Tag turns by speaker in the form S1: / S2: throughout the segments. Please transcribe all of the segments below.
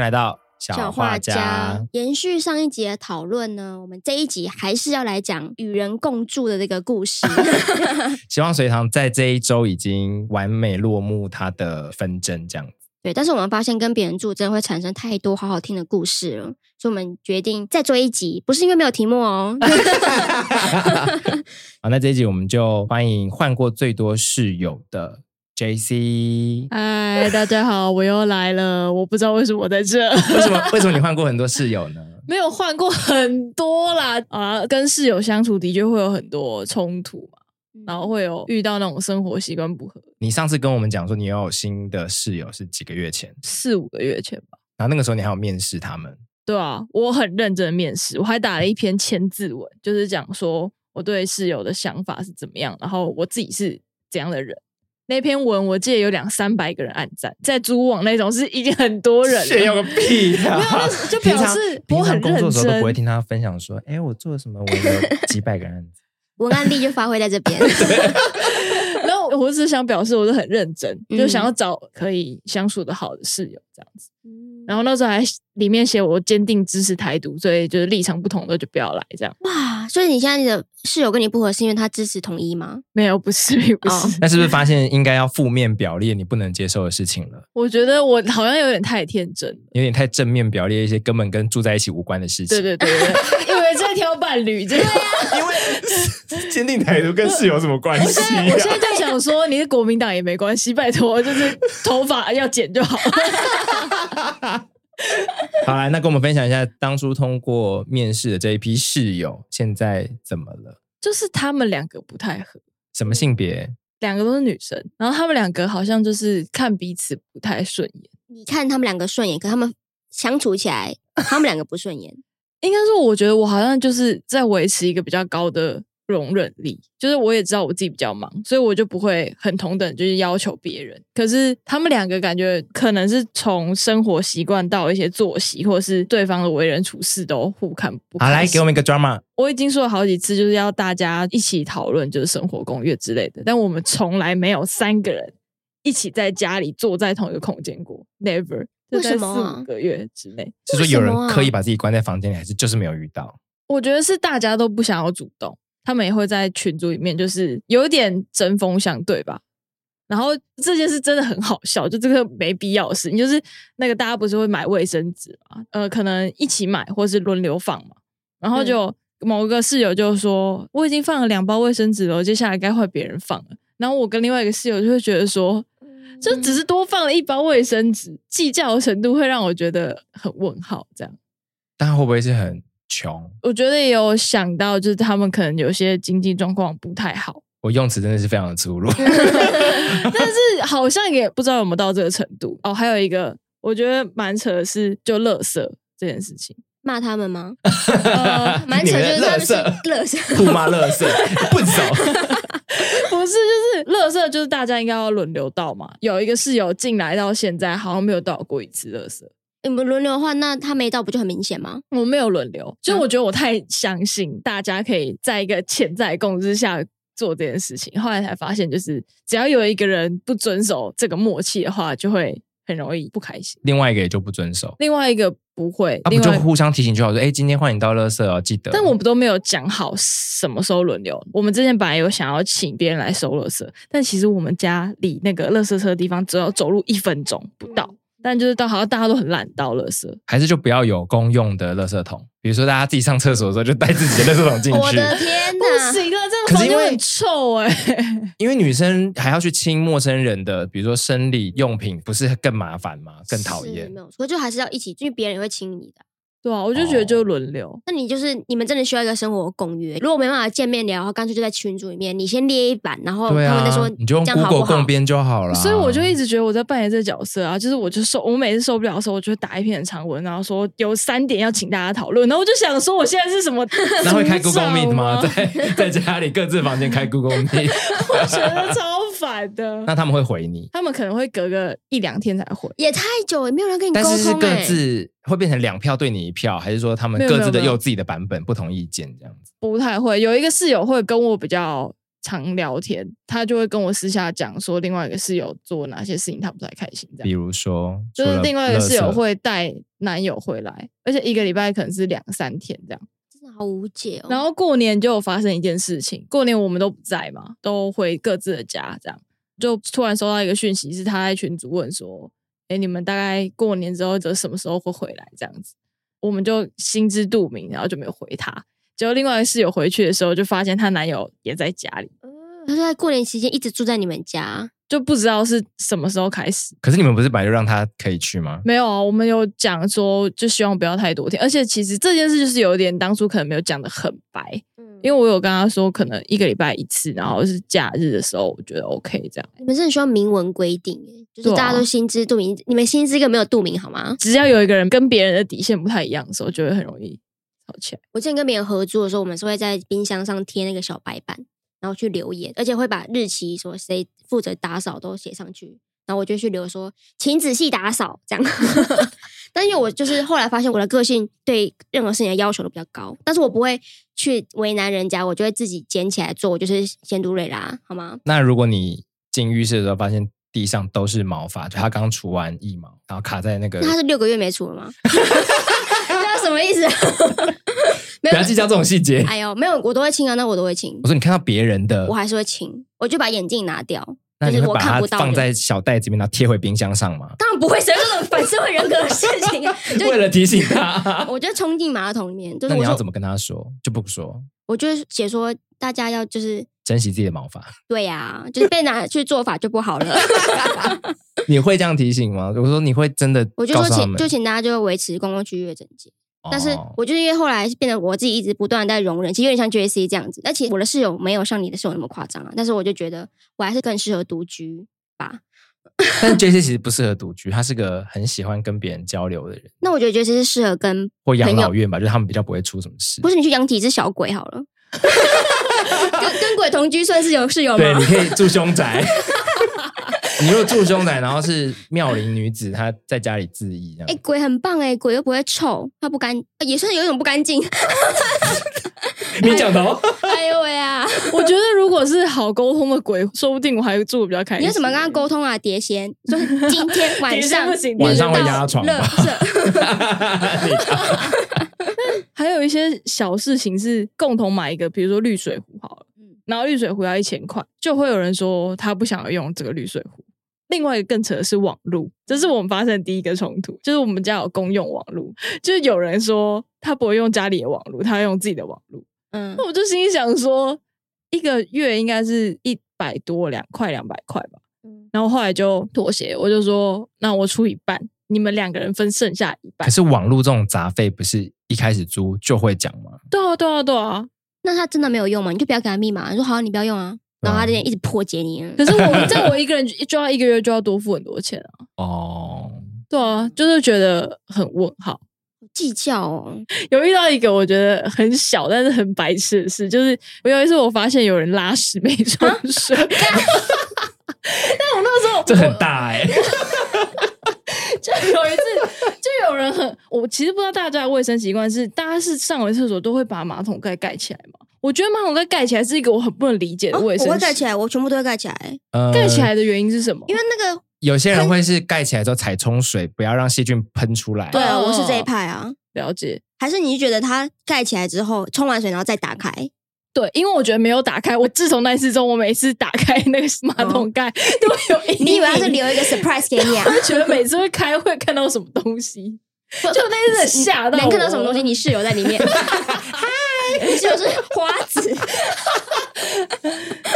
S1: 来到小
S2: 小
S1: 画
S2: 画家。延续上一集的讨论呢，我们这一集还是要来讲与人共住的这个故事。
S1: 希望隋唐在这一周已经完美落幕他的纷争，这样子。
S2: 对，但是我们发现跟别人住真的会产生太多好好听的故事了，所以我们决定再做一集，不是因为没有题目哦。
S1: 好，那这一集我们就欢迎换过最多室友的 J C。
S3: 呃嗨，哎大家好，我又来了。我不知道为什么我 在这，
S1: 为什么？为什么你换过很多室友呢？
S3: 没有换过很多啦。啊，跟室友相处的确会有很多冲突
S1: 嗯
S3: 嘛，然后会有遇到那种生活习惯不合，
S1: 你上次跟我们讲说你有新的室友是几个月前，
S3: 四五个月前吧。
S1: 然后那个时候你还有面试他们，
S3: 对啊，我很认真地面试，我还打了一篇千字文，就是讲说我对室友的想法是怎么样，然后我自己是怎样的人。那篇文我记得有两三百个人按赞，在主网那种是已经很多人了，
S1: 炫耀个屁呀、
S3: 没有那是就表示
S1: 平常
S3: 我很
S1: 平常工作的时候都
S3: 认
S1: 不会
S3: 真
S1: 听他分享说，哎，我做了什么，我有几百个 人。
S2: 文案力就发挥在这边。
S3: 然后我只是想表示我是很认真，
S2: 嗯
S3: 就想要找可以相处的好的室友这样子。
S2: 嗯
S3: 然后那时候还里面写我坚定支持台独，所以就是立场不同的就不要来这样。
S2: 哇，所以你现在的室友跟你不合，是因为他支持统一吗？
S3: 没有，不是，也不是。
S2: 哦
S1: 那是不是发现应该要负面表列你不能接受的事情了？
S3: 我觉得我好像有点太天真了。
S1: 有点太正面表列一些根本跟住在一起无关的事情。
S3: 对对对对， 对以为在挑伴侣，这样。
S1: 因为 坚定台独跟室友有什么关
S3: 我现
S2: 啊
S3: 在 我现在就想说，你是国民党也没关系，拜托，就是头发要剪就好。
S1: 好来，那跟我们分享一下当初通过面试的这一批室友，现在怎么了？
S3: 就是他们两个不太合，
S1: 什么性别？
S3: 两个都是女生，然后他们两个好像就是看彼此不太顺眼。
S2: 你看他们两个顺眼，可他们相处起来，他们两个不顺眼。
S3: 应该说，我觉得我好像就是在维持一个比较高的容忍力，就是我也知道我自己比较忙，所以我就不会很同等就是要求别人。可是他们两个感觉可能是从生活习惯到一些作息，或者是对方的为人处事都互看不
S1: 好，来给我们一
S3: 们，
S1: 个 drama。
S3: 我已经说了好几次，就是要大家一起讨论就是生活攻略之类的，但我们从来没有三个人一起在家里坐在同一个空间过，never。就
S2: 为
S3: 在
S2: 什
S3: 四
S2: 么啊
S3: 五个月之内，
S1: 是说有
S2: 为
S1: 人
S2: 什么啊
S1: 刻意把自己关在房间里，还是就是没有遇到？
S3: 我觉得是大家都不想要主动，他们也会在群组里面就是有一点针锋相对吧。然后这件事真的很好笑，就这个没必要的事情，就是那个大家不是会买卫生纸嘛，呃，可能一起买或是轮流放嘛。然后就某个室友就说：“我已经放了两包卫生纸了，接下来该换别人放了。”然后我跟另外一个室友就会觉得说，就只是多放了一包卫生纸，计较的程度会让我觉得很问号这样。
S1: 大家会不会是很穷？
S3: 我觉得也有想到，就是他们可能有些经济状况不太好，
S1: 我用词真的是非常的粗 鲁。
S3: 但是好像也不知道有没有到这个程度。哦，还有一个我觉得蛮扯的是，就垃圾这件事情，
S2: 骂他们吗？
S3: 呃、
S2: 蛮扯，就是他们是
S1: 你
S2: 乐色。
S1: 互骂乐色，不走。
S3: 不是就是垃圾，就是大家应该要轮流倒嘛。有一个室友进来到现在好像没有倒过一次垃圾，
S2: 你们轮流的话，那他没到不就很明显吗？
S3: 我没有轮流，就我觉得我太相信大家可以在一个潜在共识下做这件事情。后来才发现，就是只要有一个人不遵守这个默契的话，就会很容易不开心。
S1: 另外一个也就不遵守，
S3: 另外一个不会，
S1: 啊，不
S3: 另
S1: 就
S3: 外一个
S1: 互相提醒就好，说，哎，今天换你到乐色哦，记得。
S3: 但我们都没有讲好什么时候轮流。我们之前本来有想要请别人来收垃圾，但其实我们家离那个垃圾车的地方只要走路一分钟不到。但就是到好像大家都很懒到垃圾，
S1: 还是就不要有公用的垃圾桶，比如说大家自己上厕所的时候就带自己的垃圾桶进
S2: 我
S1: 去，
S2: 的天
S3: 不
S2: 哪！
S3: 行啊，这
S1: 可是
S3: 个房
S1: 因
S3: 间
S1: 为
S3: 很臭哎、
S1: 因为女生还要去清陌生人的，比如说生理用品，不是更麻烦吗？更讨
S2: 是
S1: 厌
S2: 没。有错，就还是要一起，因为别人也会亲你的。
S3: 对啊，我就觉得
S1: 哦
S3: 就轮流。
S2: 那你就是你们真的需要一个生活公约。如果没办法见面聊，然后干脆就在群组里面，你先列一版，然后他
S1: 对
S2: 们
S1: 啊
S2: 再说，
S1: 你就用
S2: 这样好不
S1: Google
S2: 好
S1: 共？编就好了。
S3: 所以我就一直觉得我在扮演这个角色啊，就是我就受，我每次受不了的时候，我就会打一篇很长文，然后说有三点要请大家讨论，然后我就想说我现在是什么组长？
S1: 那会开 Google Meet 吗？
S3: 对，
S1: 在在家里各自房间开 Google Meet，
S3: 我觉得超烦的
S1: 那。他们会回你，
S3: 他们可能会隔个一两天才回，
S2: 也太久了，没有人跟你沟
S1: 但
S2: 通、
S1: 是
S2: 欸。
S1: 是各自会变成两票对你一票，还是说他们
S3: 没有
S1: 各自的
S3: 没有没有
S1: 有自己的版本不同意见这样子？
S3: 不太会。有一个室友会跟我比较常聊天，他就会跟我私下讲说，另外一个室友做哪些事情他不太开心，这
S1: 比
S3: 样。
S1: 如说，
S3: 就是另外一个室友
S1: 除了垃圾，
S3: 会带男友回来，而且一个礼拜可能是两三天这样。
S2: 真的好无解哦。
S3: 然后过年就有发生一件事情，过年我们都不在嘛，都回各自的家，这样就突然收到一个讯息，是他在群组问说：“哎，你们大概过年之后，就什么时候会回来？”这样子，我们就心知肚明，然后就没有回他。结果另外一个室友回去的时候，就发现她男友也在家里，
S2: 他说在过年期间一直住在你们家，
S3: 就不知道是什么时候开始。
S1: 可是你们不是本来就让他可以去吗？
S3: 没有啊，我们有讲说，就希望不要太多天。而且其实这件事就是有点当初可能没有讲的很白，
S2: 嗯，
S3: 因为我有跟他说，可能一个礼拜一次，然后是假日的时候，我觉得 OK 这样。
S2: 你们是很需要明文规定耶，就是
S3: 对啊
S2: 大家都心知肚明，你们心知根本没有肚明好吗？
S3: 只要有一个人跟别人的底线不太一样的时候，就会很容易吵起来。
S2: 我之前跟别人合租的时候，我们是会在冰箱上贴那个小白板，然后去留言，而且会把日期什么谁负责打扫都写上去。然后我就去留说，请仔细打扫这样。 但因为我就是后来发现我的个性对任何事情的要求都比较高，但是我不会去为难人家，我就会自己捡起来做，我就是监督瑞拉，好吗？
S1: 那如果你进浴室的时候发现地上都是毛发，就他刚除完腋毛，然后卡在那个，
S2: 那他是六个月没除了吗？ 对啊，什么意思？ 没
S1: 不要
S2: 有，
S1: 计较这种细节。
S2: 哎呦，没有，我都会清啊，那我都会清
S1: 我，说你看到别人的
S2: 我，还是会清，我就把眼镜拿掉。
S1: 那你
S2: 就是
S1: 会
S2: 我
S1: 把
S2: 看
S1: 它
S2: 不到
S1: 放
S2: 的
S1: 在小袋子里面，然后贴回冰箱上吗？
S2: 当然不会谁会做这种反社会人格的事情啊。
S1: 为
S2: 就
S1: 了提醒他，
S2: 我就冲进马桶里面，就是
S1: 那你
S2: 我
S1: 要
S2: 说，
S1: 怎么跟他说？就不说，
S2: 我就是写说大家要就是
S1: 珍惜自己的毛发。
S2: 对呀、就是被拿去做法就不好了。
S1: 你会这样提醒吗？我说你会真的
S2: 我就
S1: 告
S2: 说
S1: 诉他
S2: 请
S1: 们，
S2: 就请大家就维持公共区域的整洁。
S1: 哦
S2: 但是我就是因为后来变得我自己一直不断地在容忍，其实有点像 J C 这样子。但其实我的室友没有像你的室友那么夸张啊，但是我就觉得我还是更适合独居吧。
S1: 但是 J C 其实不适合独居，他是个很喜欢跟别人交流的人，
S2: 那我觉得 J C 是适合跟
S1: 或养
S2: 朋友
S1: 老院吧，就是他们比较不会出什么事。
S2: 不是你去养几只小鬼好 了，跟跟鬼同居算是有室友吗？
S1: 对，你可以住凶宅。 你如果住凶宅，然后是妙龄女子，她在家里自缢这
S2: 哎、
S1: 样，
S2: 鬼很棒哎、鬼又不会臭，它不干，呃也算有一种不干 净。
S1: 你讲的哦。
S2: 哎呦喂 啊！
S3: 我觉得如果是好沟通的鬼，说不定我还住的比较开心。
S2: 你要怎么跟他沟通啊？碟 仙，就是今天晚
S3: 碟仙
S2: 上
S3: 不行
S1: 晚上会
S2: 到
S1: 压床吧
S2: 乐色哎
S1: 啊
S3: 还有一些小事情是共同买一个，比如说滤水壶好了，
S2: 嗯
S3: 然后滤水壶要一千块，就会有人说他不想要用这个滤水壶。另外一个更扯的是网路，这是我们发生的第一个冲突，就是我们家有公用网路，就是有人说他不会用家里的网路，他要用自己的网路。
S2: 嗯
S3: 那，我就心里想说，一个月应该是一百多两块两百块吧。
S2: 嗯
S3: 然后后来就妥协，我就说那我出一半，你们两个人分剩下一半
S1: 可。是网络这种杂费，不是一开始租就会讲吗？
S3: 对啊，对啊，对啊。
S2: 那他真的没有用吗？你就不要给他密码，你说好，你不要用啊。
S1: 嗯
S2: 然后他这边一直破解你，
S3: 可是我这样我一个人就就要一个月就要多付很多钱啊。
S1: 哦，
S3: 对啊，就是觉得很问号。
S2: 计较哦。
S3: 有遇到一个我觉得很小但是很白痴的事，就是我有一次我发现有人拉屎
S1: 啊
S3: 没冲 水，
S1: 这很大哎、
S3: 就有一次，就有人很，我其实不知道大家的卫生习惯是，大家是上完厕所都会把马桶盖盖起来嘛？我觉得马桶盖盖起来是一个啊我很不能理解的
S2: 哦我
S3: 卫生习、
S2: 会盖起来，我全部都 会盖起来，
S1: 呃
S3: 盖起来的原因是什么？
S2: 因为那个
S1: 有些人会是盖起来之后才冲水，不要让细菌喷出来。
S2: 对啊，我是这一
S3: 哦
S2: 派啊。
S3: 了解，
S2: 还是你是觉得它盖起来之后冲完水然后再打开，
S3: 对，因为我觉得没有打开，我自从那一次之后，我每次打开那个马桶 盖、都会有阴影。
S2: 你以为他是留一 个 surprise 给你啊？
S3: 我 就觉得每次会开会看到什么东西，就被真的吓到
S2: 能
S3: 我
S2: 看到什么东西？你室友在里 面，嗨，你室友是花子，
S3: 对啊，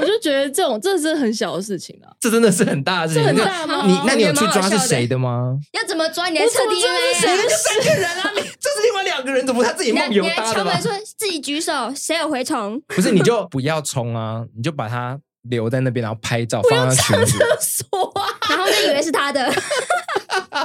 S3: 我就觉得这种这是很小的事情啊。
S1: 这真的是很大的事情。
S3: 这很
S1: 那
S3: 大吗
S1: 你
S2: 好
S1: 那你有去
S2: 我觉得
S1: 抓
S2: 蛮好笑
S1: 是
S2: 的
S1: 谁的吗？
S2: 要怎么抓你来
S3: 我
S2: 测
S3: 怎么知道
S2: DNA
S3: 是谁
S2: 啊
S3: 的？
S1: 三个人啊，你这是另外两个人，怎么他自己
S2: 你还你还敲门说自己举手，谁有蛔虫？
S1: 不是，你就不要冲啊，你就把它留在那边，然后拍照放到群组。
S3: 说 啊，
S2: 然后就以为是他的，
S3: 所啊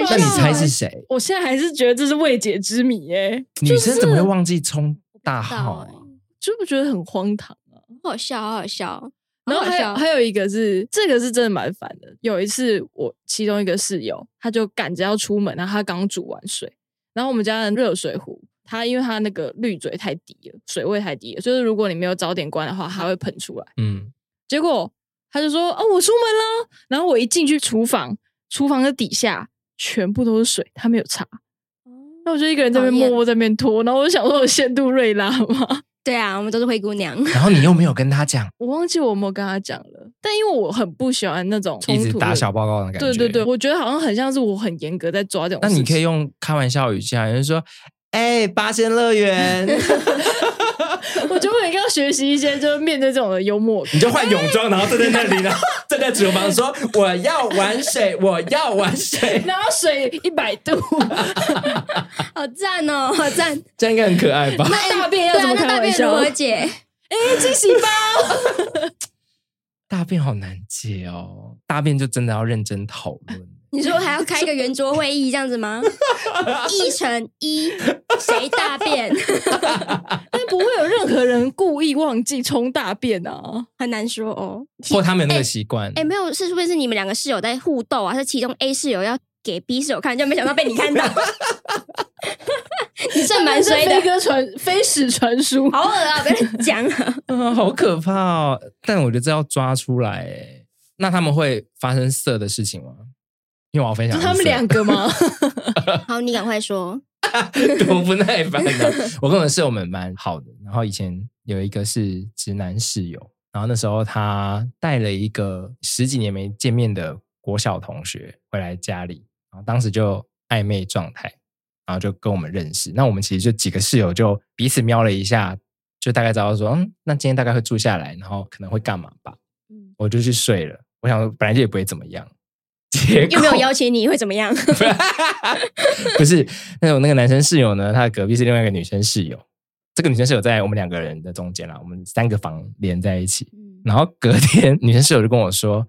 S3: 以
S1: 那你猜是谁？
S3: 我现在还是觉得这是未解之谜耶、
S1: 女生怎么会忘记冲大号
S2: 不知道？
S3: 就不觉得很荒唐啊。
S2: 好笑，好好笑。
S3: 然后
S2: 好好
S3: 还有
S2: 笑
S3: 还有一个是，这个是真的蛮烦的。有一次我其中一个室友，他就赶着要出门，然后他刚煮完水，然后我们家的热水壶它因为它那个滤嘴太低了，水位太低了，就是如果你没有早点关的话，它会喷出来。
S1: 嗯，
S3: 结果他就说：“哦，我出门了。”然后我一进去厨房，厨房的底下全部都是水，他没有擦。那我就一个人在那
S2: 讨
S3: 边
S2: 厌
S3: 默默在那边拖，然后我就想说，我限度瑞拉吗？
S2: 对啊，我们都是灰姑 娘。
S1: 然后你又没有跟他讲，
S3: 我忘记我有没有跟他讲了，但因为我很不喜欢那 种冲
S1: 一
S3: 突的
S1: 直打小报告的感觉。
S3: 对对对，，我觉得好像很像是我很严格在抓这种
S1: 那
S3: 事情。
S1: 你可以用开玩笑语气啊，有人说：“哎、八仙乐园，
S3: 我觉得我应该要学习一些，就是面对这种的幽默感。
S1: 你就换泳装，然后站在那里，然后
S3: 哎
S1: 站在厨房说：我要玩 水，我要玩水。
S3: 然后水一百度，
S2: 好赞哦，好 赞！
S1: 这样应该很可爱吧？
S2: 那
S3: 大便要
S2: 对啊
S3: 怎么
S2: 那
S3: 开
S2: 大
S3: 玩
S2: 便
S3: 笑
S2: 如何解？
S3: 惊喜包。
S1: 大便好难解哦，大便就真的要认真讨论。
S2: 你说还要开一个圆桌会议这样子 吗？一乘一，谁大便
S3: 但不会有任何人故意忘记冲大便啊！
S2: 很难说哦。
S1: 或他们有那个习惯，
S2: 哎，没有，是不是你们两个室友在互斗啊？是其中 A 室友要给 B 室友看，就没想到被你看到， 你这蛮
S3: 这
S2: 衰
S3: 飞
S2: 的，
S3: 鸽传飞屎传书，
S2: 好恶啊！不要讲 啊，
S1: 嗯，好可怕哦！但我觉得这要抓出来，哎，那他们会发生色的事情吗？因为我要分
S3: 就
S1: 享
S3: 是他们两
S1: 个，
S3: 个 吗？
S2: 好，你赶快说。
S1: 多不耐烦的。我跟我的室友们蛮好的，然后以前有一个是直男室友，然后那时候他带了一个十几年没见面的国小同学回来家里，然后当时就暧昧状态，然后就跟我们认识。那我们其实就几个室友就彼此瞄了一下，就大概知道说，嗯，那今天大概会住下来，然后可能会干嘛吧。
S2: 嗯
S1: 我就去睡了。我想说本来就也不会怎么样，结果
S2: 又没有邀请你会怎么样？
S1: 不是，那我那个男生室友呢，他的隔壁是另外一个女生室友。这个女生室友在我们两个人的中间啦，我们三个房连在一起。然后隔天，女生室友就跟我说：“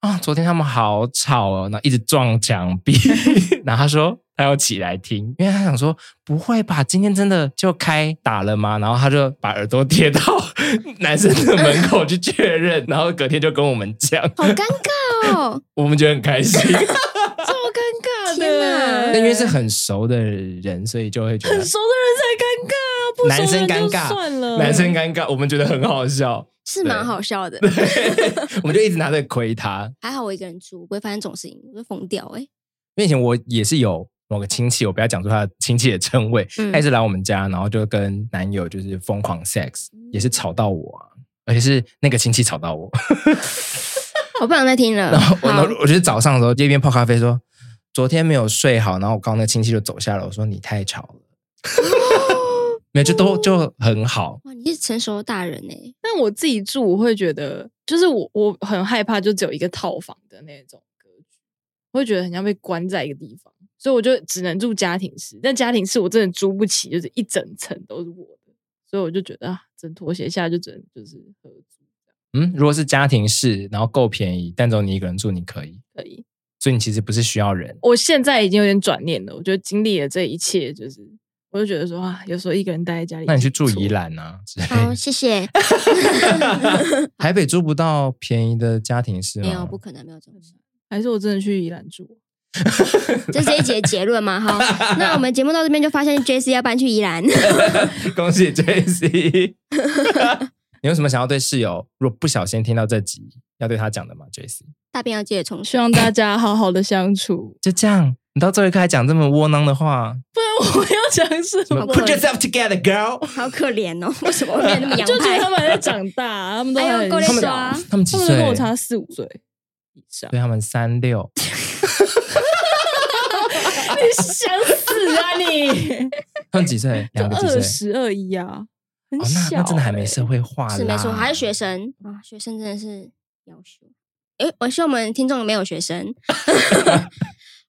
S1: 啊、昨天他们好吵哦，然后一直撞墙壁。” 然后她说她要起来听，因为她想说不会吧，今天真的就开打了吗？然后她就把耳朵贴到 男生的门口去确认，然后隔天就跟我们讲，
S2: 好尴尬哦！
S1: 我们觉得很开心。
S3: 超尴尬
S2: 天哪
S3: 的，
S1: 那因为是很熟的人，所以就会觉得
S3: 很熟的人才尴尬，不
S1: 男
S3: 熟
S1: 生
S3: 的
S1: 尴
S3: 人就
S1: 尬，
S3: 算了，
S1: 男生尴尬，我们觉得很好笑，
S2: 是蛮好笑的，
S1: 我们就一直拿着亏他。
S2: 还好我一个人住，不会发生这种事情，我就疯掉哎、
S1: 因为以前我也是有某个亲戚，我不要讲出他的亲戚的称谓，
S2: 嗯
S1: 他一直来我们家，然后就跟男友就是疯狂 sex，也是吵到我啊、而且是那个亲戚吵到我，
S2: 我不想再听 了。
S1: 然后我
S2: 好
S1: 我觉得早上的时候街边泡咖啡说昨天没有睡好，然后我刚刚那亲戚就走下来，我说你太吵了，没有就都就很好，
S2: 哇，你是成熟的大人哎、
S3: 但我自己住，我会觉得，就是我我很害怕，就只有一个套房的那种格局，我会觉得很像被关在一个地方，所以我就只能住家庭式。但家庭式我真的租不起，就是一整层都是我的，所以我就觉得啊，只能妥协下，就只能就是合租
S1: 嗯，如果是家庭式，然后够便宜，但只有你一个人住，你可以，
S3: 可以。
S1: 所以你其实不是需要人。
S3: 我现在已经有点转念了，我觉得经历了这一切，就是我就觉得说啊，有时候一个人待在家里，
S1: 那你去住宜，兰啊之类
S2: 好，
S1: 的，
S2: 谢谢。
S1: 啊台北租不到便宜的家庭式吗？
S2: 没有，不可能没有这种事。
S3: 还是我真的去宜兰住？
S2: 这是这一节结论 嘛？好，那我们节目到这边就发现 J C 要搬去宜兰，
S1: 恭喜 J C。你有什么想要对室友，如果不小心听到这集，要对他讲的吗？J C，，
S2: 大便要记得冲水。
S3: 希望大家好好的相处
S1: 就这样，你到最后一刻还讲这么窝囊的话，
S3: 不然我要讲什
S1: 什
S3: 么
S1: 么？Put yourself together, girl。
S2: 好可怜哦，为什么会变得那么 洋
S3: 就觉得他
S2: 派？
S3: 们还在长大，啊他们都还
S2: 哎呦够
S3: 很
S2: 累
S3: 小，
S2: 死啊
S1: 他们几
S3: 他们
S1: 岁
S3: 都？跟我差四五岁以上。
S1: 对他们三六，
S3: 你想死啊你！
S1: 他们几岁？ 两个几
S3: 二
S1: 岁？
S3: 十二一啊，很
S1: 哦，那
S3: 小、
S1: 那真的还没社
S3: 欸。
S1: 会化啦。
S2: 是没错，还是学生啊？学生真的是要求。哎，我希望我们听众没有学 生。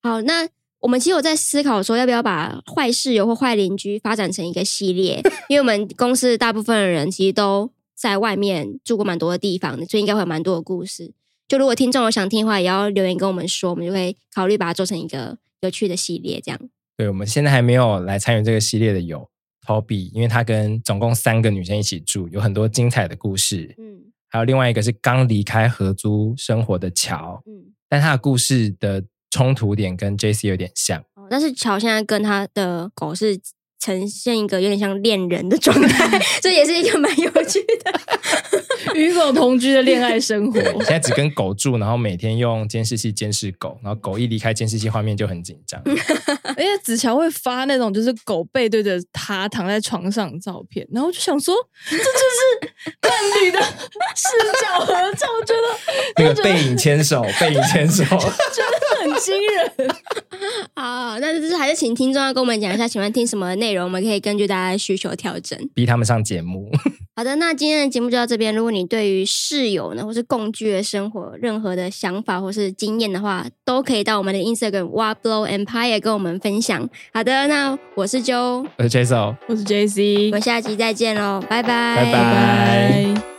S2: 好，那我们其实有在思考说，要不要把坏室友或坏邻居发展成一个系列，因为我们公司大部分的人其实都在外面住过蛮多的地方的，所以应该会有蛮多的故事。就如果听众有想听的话，也要留言跟我们说，我们就会考虑把它做成一个有趣的系列，这样。
S1: 对，我们现在还没有来参与这个系列的有 Toby，因为他跟总共三个女生一起住，有很多精彩的故事。
S2: 嗯
S1: 还有另外一个是刚离开合租生活的乔，
S2: 嗯。
S1: 但他的故事的冲突点跟 J C 有点像，
S2: 哦但是乔现在跟他的狗是呈现一个有点像恋人的状态，这也是一个蛮有趣的。
S3: 与狗同居的恋爱生活。
S1: 现在只跟狗住，然后每天用监视器监视狗，然后狗一离开监视器画面就很紧张。
S3: 而且子乔会发那种就是狗背对着他躺在床上的照片，然后我就想说，这就是伴侣的视角合照，觉
S1: 那
S3: 得
S1: 个背影牵手，背影牵手，
S3: 觉得很惊人。
S2: 好，那就是还是请听众要跟我们讲一下，喜欢听什么内容，我们可以根据大家的需求调整。
S1: 逼他们上节目。
S2: 好的，那今天的节目就到这边。如果你对于室友呢，或是共居的生活任何的想法或是经验的话，都可以到我们的 Instagram w a b l o Empire 跟我们分享。好的，那我是 Jo，
S1: 我是 Jason，
S3: 我是
S2: 我
S3: JC，
S2: 们下集再见喽，拜拜，
S1: 拜拜
S3: 拜。